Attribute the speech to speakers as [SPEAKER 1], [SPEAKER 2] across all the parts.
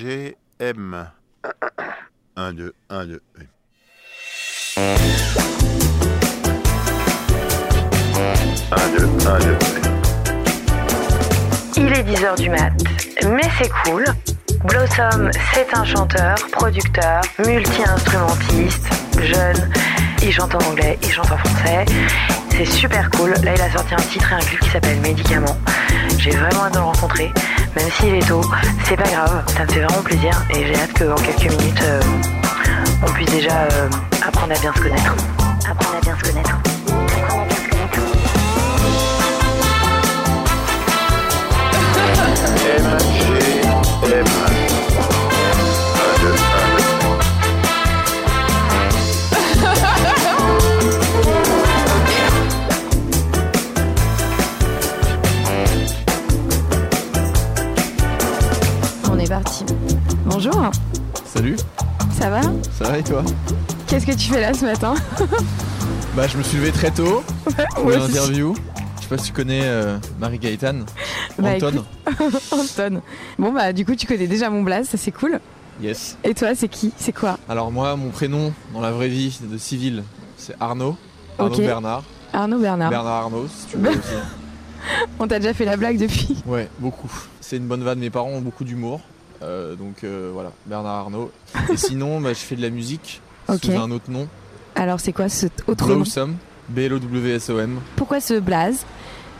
[SPEAKER 1] MGM. 1, 2, 1, 2.
[SPEAKER 2] Il est 10h du mat, mais c'est cool. Blossom, c'est un chanteur, producteur, multi-instrumentiste, jeune. Il chante en anglais, il chante en français. C'est super cool. Là, il a sorti un titre et un clip qui s'appelle Médicament. J'ai vraiment hâte de le rencontrer. Même s'il est tôt, c'est pas grave. Ça me fait vraiment plaisir et j'ai hâte qu'en quelques minutes, euh, on puisse déjà euh, apprendre à bien se connaître. Apprendre à bien se connaître. Apprendre à bien se connaître.
[SPEAKER 1] MGM. 1, 2, 1, 2.
[SPEAKER 3] On est parti. Bonjour,
[SPEAKER 4] Salut,
[SPEAKER 3] ça va
[SPEAKER 4] ça va et toi
[SPEAKER 3] Qu'est-ce que tu fais là ce matin
[SPEAKER 4] Bah je me suis levé très tôt pour
[SPEAKER 3] moi
[SPEAKER 4] une
[SPEAKER 3] aussi.
[SPEAKER 4] interview. Je sais pas si tu connais euh, Marie Gaëtan,
[SPEAKER 3] Bah,
[SPEAKER 4] Anton.
[SPEAKER 3] Anton. Bon bah du coup tu connais déjà mon blaze, ça c'est cool.
[SPEAKER 4] Yes.
[SPEAKER 3] Et toi c'est qui C'est quoi
[SPEAKER 4] Alors moi mon prénom dans la vraie vie de civil c'est Arnaud. Arnaud
[SPEAKER 3] Ok. Ah. Bah.
[SPEAKER 4] Bernard.
[SPEAKER 3] Arnaud Bernard.
[SPEAKER 4] Bernard Arnaud si tu veux
[SPEAKER 3] Ber-
[SPEAKER 4] aussi.
[SPEAKER 3] On t'a déjà fait la blague depuis
[SPEAKER 4] Ouais, beaucoup. C'est une bonne vanne, mes parents ont beaucoup d'humour. Euh, donc euh, voilà, Bernard Arnaud. Et sinon bah, je fais de la musique
[SPEAKER 3] Ok.
[SPEAKER 4] sous un autre nom.
[SPEAKER 3] Alors c'est quoi ce autre nom
[SPEAKER 4] Blossom. B-L-O-W-S-O-M.
[SPEAKER 3] Pourquoi ce blaze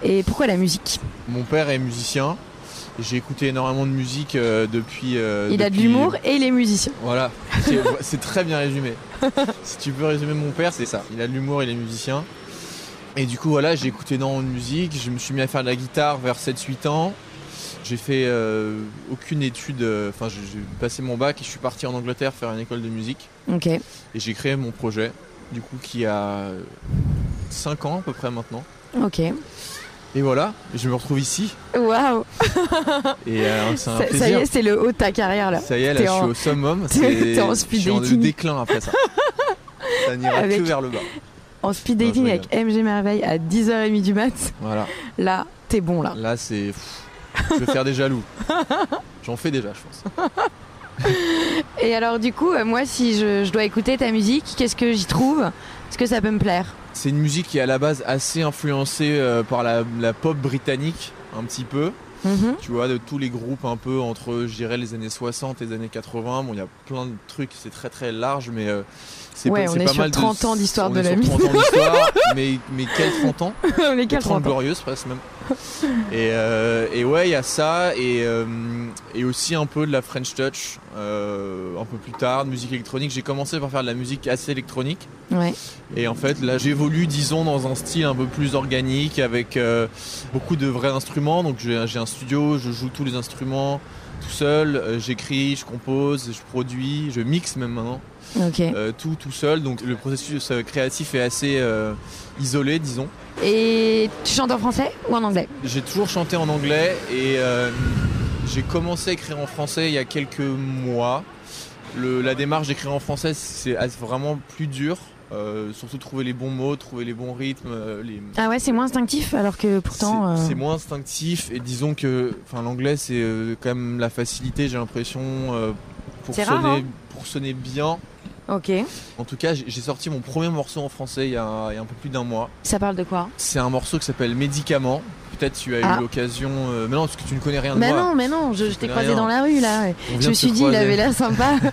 [SPEAKER 3] Et pourquoi la musique
[SPEAKER 4] Mon père est musicien. J'ai écouté énormément de musique euh, depuis. euh,
[SPEAKER 3] Il a de
[SPEAKER 4] depuis-
[SPEAKER 3] l'humour et il est musicien.
[SPEAKER 4] Voilà, C'est- c'est très bien résumé. Si tu peux résumer mon père, c'est ça. Il a de l'humour, il est musicien. Et du coup, voilà, j'ai écouté énormément de musique. Je me suis mis à faire de la guitare vers 7-8 ans. J'ai fait euh, aucune étude. euh, Enfin, j'ai- j'ai passé mon bac et je suis parti en Angleterre faire une école de musique.
[SPEAKER 3] Ok.
[SPEAKER 4] Et j'ai créé mon projet, du coup, qui a 5 ans à peu près maintenant.
[SPEAKER 3] Ok.
[SPEAKER 4] Et voilà, je me retrouve ici.
[SPEAKER 3] Waouh
[SPEAKER 4] Et euh, c'est un
[SPEAKER 3] ça, ça y
[SPEAKER 4] plaisir.
[SPEAKER 3] est c'est le haut de ta carrière là.
[SPEAKER 4] Ça y est, là,
[SPEAKER 3] T'es
[SPEAKER 4] je suis
[SPEAKER 3] en-
[SPEAKER 4] au summum.
[SPEAKER 3] t'es-
[SPEAKER 4] C'est-
[SPEAKER 3] t'es en speed
[SPEAKER 4] je suis
[SPEAKER 3] dating.
[SPEAKER 4] déclin après ça. ça n'ira
[SPEAKER 3] Avec-
[SPEAKER 4] que vers le bas.
[SPEAKER 3] En speed
[SPEAKER 4] Non, je
[SPEAKER 3] dating avec MG Merveille à 10h30 du mat.
[SPEAKER 4] Voilà.
[SPEAKER 3] Là t'es bon là.
[SPEAKER 4] Là, c'est. pff, Je vais faire des jaloux. J'en fais déjà, je pense.
[SPEAKER 3] Et alors du coup euh, moi si je, je dois écouter ta musique, qu'est-ce que j'y trouve Est-ce que ça peut me plaire
[SPEAKER 4] C'est une musique qui est à la base assez influencée euh, par la, la pop britannique, un petit peu.
[SPEAKER 3] Mhm.
[SPEAKER 4] Tu vois, de tous les groupes un peu entre, je dirais, les années 60 et les années 80. Bon, il y a plein de trucs, c'est très très large, mais euh, c'est
[SPEAKER 3] Ouais,
[SPEAKER 4] pas,
[SPEAKER 3] on
[SPEAKER 4] c'est
[SPEAKER 3] est
[SPEAKER 4] pas
[SPEAKER 3] sur
[SPEAKER 4] mal
[SPEAKER 3] 30
[SPEAKER 4] de...
[SPEAKER 3] ans d'histoire
[SPEAKER 4] on
[SPEAKER 3] de
[SPEAKER 4] est
[SPEAKER 3] la
[SPEAKER 4] sur 30 ans d'histoire, mais, mais quel 30 ans
[SPEAKER 3] les
[SPEAKER 4] Les
[SPEAKER 3] 4
[SPEAKER 4] 30 glorieuses presque même. et, euh, et ouais, il y a ça et, euh, et aussi un peu de la French Touch euh, un peu plus tard, de musique électronique. J'ai commencé par faire de la musique assez électronique
[SPEAKER 3] Ouais.
[SPEAKER 4] et en fait là j'évolue disons dans un style un peu plus organique avec euh, beaucoup de vrais instruments. Donc j'ai j'ai un studio, je joue tous les instruments tout seul, Euh, j'écris, je compose, je produis, je mixe même maintenant.
[SPEAKER 3] Ok.
[SPEAKER 4] Euh, tout tout seul. Donc le processus euh, créatif est assez euh, isolé disons.
[SPEAKER 3] Et tu chantes en français ou en anglais
[SPEAKER 4] J'ai toujours chanté en anglais et euh, j'ai commencé à écrire en français il y a quelques mois. Le- la démarche d'écrire en français, c'est as- vraiment plus dur. Euh, surtout trouver les bons mots, trouver les bons rythmes. euh, les-
[SPEAKER 3] Ah ouais, c'est moins instinctif alors que pourtant.
[SPEAKER 4] c'est
[SPEAKER 3] euh,
[SPEAKER 4] c'est moins instinctif et disons que enfin, l'anglais, c'est euh, quand même la facilité, j'ai l'impression, euh, pour,
[SPEAKER 3] C'est
[SPEAKER 4] sonner
[SPEAKER 3] rare, hein.
[SPEAKER 4] pour sonner bien.
[SPEAKER 3] Ok.
[SPEAKER 4] En tout cas, j'ai j'ai sorti mon premier morceau en français il y a- il y a un peu plus d'un mois.
[SPEAKER 3] Ça parle de quoi
[SPEAKER 4] C'est un morceau qui s'appelle Médicament. Peut-être tu as eu
[SPEAKER 3] Ah.
[SPEAKER 4] l'occasion. euh, mais non, parce que tu ne connais rien de
[SPEAKER 3] Mais
[SPEAKER 4] moi.
[SPEAKER 3] Bah non, mais non, je, je t'ai
[SPEAKER 4] connais
[SPEAKER 3] croisé
[SPEAKER 4] rien.
[SPEAKER 3] dans la rue là. ouais.
[SPEAKER 4] On vient
[SPEAKER 3] Je
[SPEAKER 4] de
[SPEAKER 3] me
[SPEAKER 4] se
[SPEAKER 3] suis dit, il
[SPEAKER 4] croiser.
[SPEAKER 3] avait l'air sympa.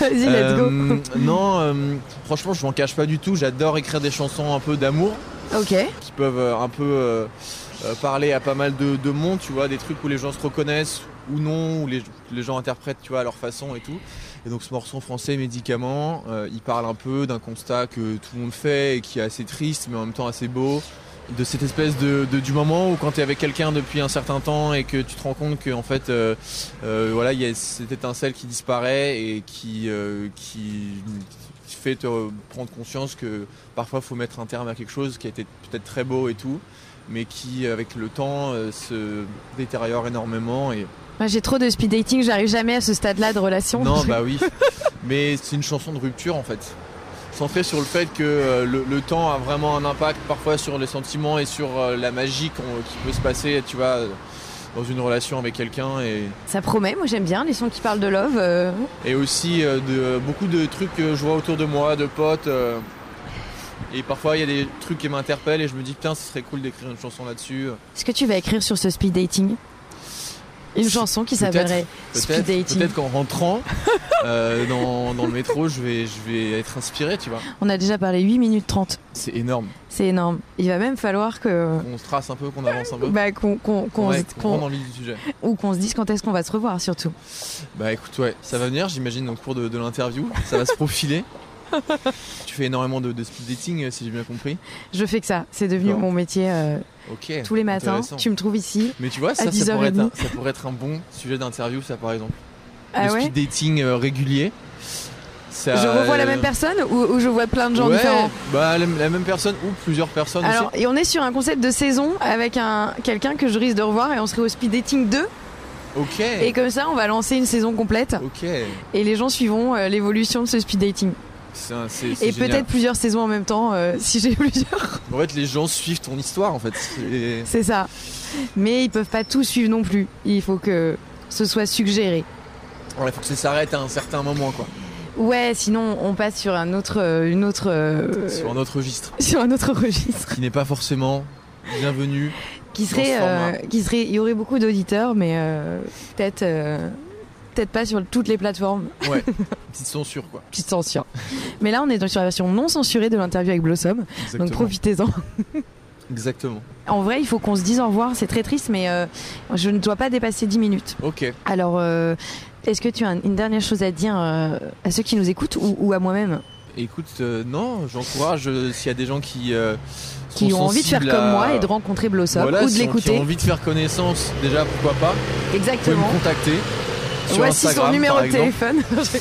[SPEAKER 3] Vas-y, let's go.
[SPEAKER 4] Euh, non, euh, franchement, je m'en cache pas du tout. J'adore écrire des chansons un peu d'amour
[SPEAKER 3] Ok.
[SPEAKER 4] qui peuvent euh, un peu euh, euh, parler à pas mal de, de monde, tu vois, des trucs où les gens se reconnaissent ou non, où les, les gens interprètent, tu vois, à leur façon et tout. Et donc ce morceau en français, Médicament, euh, il parle un peu d'un constat que tout le monde fait et qui est assez triste, mais en même temps assez beau. De cette espèce de, de- du moment où quand tu es avec quelqu'un depuis un certain temps et que tu te rends compte que en fait euh, euh, voilà il y a cette étincelle qui disparaît et qui euh, qui qui fait te prendre conscience que parfois faut mettre un terme à quelque chose qui a été peut-être très beau et tout, mais qui avec le temps euh, se détériore énormément et
[SPEAKER 3] Moi, j'ai trop de speed dating, j'arrive jamais à ce stade-là de relation.
[SPEAKER 4] non bah oui, mais c'est une chanson de rupture en fait, centrée sur le fait que euh, le, le temps a vraiment un impact parfois sur les sentiments et sur euh, la magie qu'on- qui peut se passer, tu vois, dans une relation avec quelqu'un et,
[SPEAKER 3] Ça promet, moi j'aime bien les sons qui parlent de love. euh,
[SPEAKER 4] et aussi euh, de beaucoup de trucs que je vois autour de moi, de potes. euh, et parfois il y a des trucs qui m'interpellent et je me dis putain ce serait cool d'écrire une chanson là-dessus. euh.
[SPEAKER 3] Est-ce que tu vas écrire sur ce speed dating Une
[SPEAKER 4] Si,
[SPEAKER 3] chanson qui
[SPEAKER 4] peut-être,
[SPEAKER 3] s'appellerait Speed
[SPEAKER 4] Peut-être
[SPEAKER 3] Dating.
[SPEAKER 4] peut-être qu'en rentrant euh, dans, dans le métro je vais, je vais être inspiré tu vois.
[SPEAKER 3] On a déjà parlé 8 minutes 30.
[SPEAKER 4] C'est énorme.
[SPEAKER 3] C'est énorme. Il va même falloir que.
[SPEAKER 4] On se trace un peu, qu'on avance un peu.
[SPEAKER 3] Bah, qu'on qu'on- qu'on
[SPEAKER 4] Ouais,
[SPEAKER 3] se-
[SPEAKER 4] qu'on
[SPEAKER 3] qu'on-
[SPEAKER 4] rentre dans le vif du sujet.
[SPEAKER 3] ou qu'on se dise quand est-ce qu'on va se revoir surtout.
[SPEAKER 4] Bah écoute, ouais, ça va venir, j'imagine, au cours de, de l'interview. Ça va se profiler. tu fais énormément de, de speed dating, euh, si j'ai bien compris.
[SPEAKER 3] Je fais que ça. C'est devenu
[SPEAKER 4] D'accord.
[SPEAKER 3] mon métier euh,
[SPEAKER 4] Ok.
[SPEAKER 3] tous les matins.
[SPEAKER 4] intéressant.
[SPEAKER 3] Tu me trouves ici.
[SPEAKER 4] Mais tu vois, ça, ça
[SPEAKER 3] 10h30.
[SPEAKER 4] pourrait, être un, ça pourrait être un bon sujet d'interview, ça par exemple.
[SPEAKER 3] Ah
[SPEAKER 4] le
[SPEAKER 3] ouais
[SPEAKER 4] speed dating euh, régulier. Ça,
[SPEAKER 3] Je revois la
[SPEAKER 4] euh,
[SPEAKER 3] même personne ou, ou je vois plein de gens
[SPEAKER 4] ouais,
[SPEAKER 3] différents
[SPEAKER 4] Bah, la, la même personne ou plusieurs personnes
[SPEAKER 3] Alors,
[SPEAKER 4] aussi.
[SPEAKER 3] et on est sur un concept de saison avec un quelqu'un que je risque de revoir et on serait au speed dating 2.
[SPEAKER 4] Ok.
[SPEAKER 3] Et comme ça, on va lancer une saison complète
[SPEAKER 4] Ok.
[SPEAKER 3] et les gens suivront euh, l'évolution de ce speed dating.
[SPEAKER 4] C'est un- c'est- c'est
[SPEAKER 3] Et
[SPEAKER 4] génial.
[SPEAKER 3] peut-être plusieurs saisons en même temps, euh, si j'ai plusieurs.
[SPEAKER 4] En fait, les gens suivent ton histoire en fait. C'est-
[SPEAKER 3] C'est ça. Mais ils peuvent pas tout suivre non plus. Il faut que ce soit suggéré.
[SPEAKER 4] Ouais, faut que ça s'arrête à un certain moment quoi.
[SPEAKER 3] Ouais, sinon on passe sur un autre, euh, une autre, euh,
[SPEAKER 4] Sur un autre registre.
[SPEAKER 3] sur un autre registre.
[SPEAKER 4] qui n'est pas forcément bienvenu.
[SPEAKER 3] Qui
[SPEAKER 4] Dans
[SPEAKER 3] serait,
[SPEAKER 4] ce format.
[SPEAKER 3] euh, qui serait, il y aurait beaucoup d'auditeurs, mais euh, peut-être, euh, peut-être pas sur toutes les plateformes.
[SPEAKER 4] Ouais, petite censure quoi.
[SPEAKER 3] Petite censure. Mais là, on est donc sur la version non censurée de l'interview avec Blossom.
[SPEAKER 4] Exactement.
[SPEAKER 3] Donc profitez-en.
[SPEAKER 4] Exactement.
[SPEAKER 3] En vrai, il faut qu'on se dise au revoir. C'est très triste, mais euh, je ne dois pas dépasser 10 minutes.
[SPEAKER 4] Ok.
[SPEAKER 3] Alors, euh, est-ce que tu as une dernière chose à dire euh, à ceux qui nous écoutent ou, ou à moi-même
[SPEAKER 4] Écoute, euh, non, j'encourage euh, s'il y a des gens qui, euh,
[SPEAKER 3] Qui
[SPEAKER 4] sont
[SPEAKER 3] ont envie de faire
[SPEAKER 4] sensibles
[SPEAKER 3] comme
[SPEAKER 4] à-
[SPEAKER 3] moi et de rencontrer Blossom
[SPEAKER 4] Voilà,
[SPEAKER 3] ou de
[SPEAKER 4] si on- qui
[SPEAKER 3] l'écouter.
[SPEAKER 4] ont envie de faire connaissance, déjà pourquoi pas. Vous pouvez
[SPEAKER 3] Exactement.
[SPEAKER 4] me contacter. Sur
[SPEAKER 3] Voici
[SPEAKER 4] Instagram,
[SPEAKER 3] son numéro
[SPEAKER 4] par
[SPEAKER 3] de
[SPEAKER 4] exemple.
[SPEAKER 3] téléphone.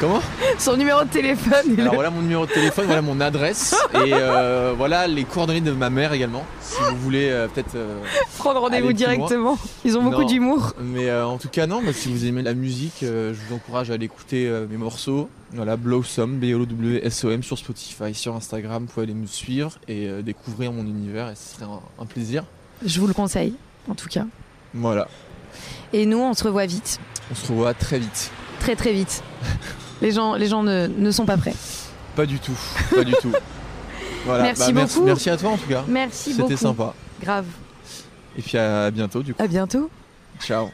[SPEAKER 4] Comment
[SPEAKER 3] son numéro de téléphone.
[SPEAKER 4] Alors voilà mon numéro de téléphone, voilà mon adresse et euh, voilà les coordonnées de ma mère également. Si vous voulez euh, peut-être. euh,
[SPEAKER 3] Prendre rendez-vous
[SPEAKER 4] Allez, plus loin.
[SPEAKER 3] directement. Ils ont beaucoup
[SPEAKER 4] Non.
[SPEAKER 3] d'humour.
[SPEAKER 4] Mais euh, en tout cas, non, bah, si vous aimez la musique, euh, je vous encourage à aller écouter euh, mes morceaux. Voilà, Blossom, B-L-O-W-S-O-M sur Spotify, sur Instagram. Vous pouvez aller me suivre et euh, découvrir mon univers et ce serait un, un plaisir.
[SPEAKER 3] Je vous le conseille, en tout cas.
[SPEAKER 4] Voilà,
[SPEAKER 3] Et nous, on se revoit vite.
[SPEAKER 4] on se revoit très vite.
[SPEAKER 3] Très, très vite. Les gens, les gens ne, ne sont pas prêts.
[SPEAKER 4] Pas du tout, pas du tout. Voilà, bah,
[SPEAKER 3] Merci
[SPEAKER 4] merci,
[SPEAKER 3] beaucoup.
[SPEAKER 4] merci à toi en tout cas.
[SPEAKER 3] Merci beaucoup.
[SPEAKER 4] C'était sympa.
[SPEAKER 3] Grave.
[SPEAKER 4] Et puis à bientôt du coup.
[SPEAKER 3] À bientôt.
[SPEAKER 4] Ciao.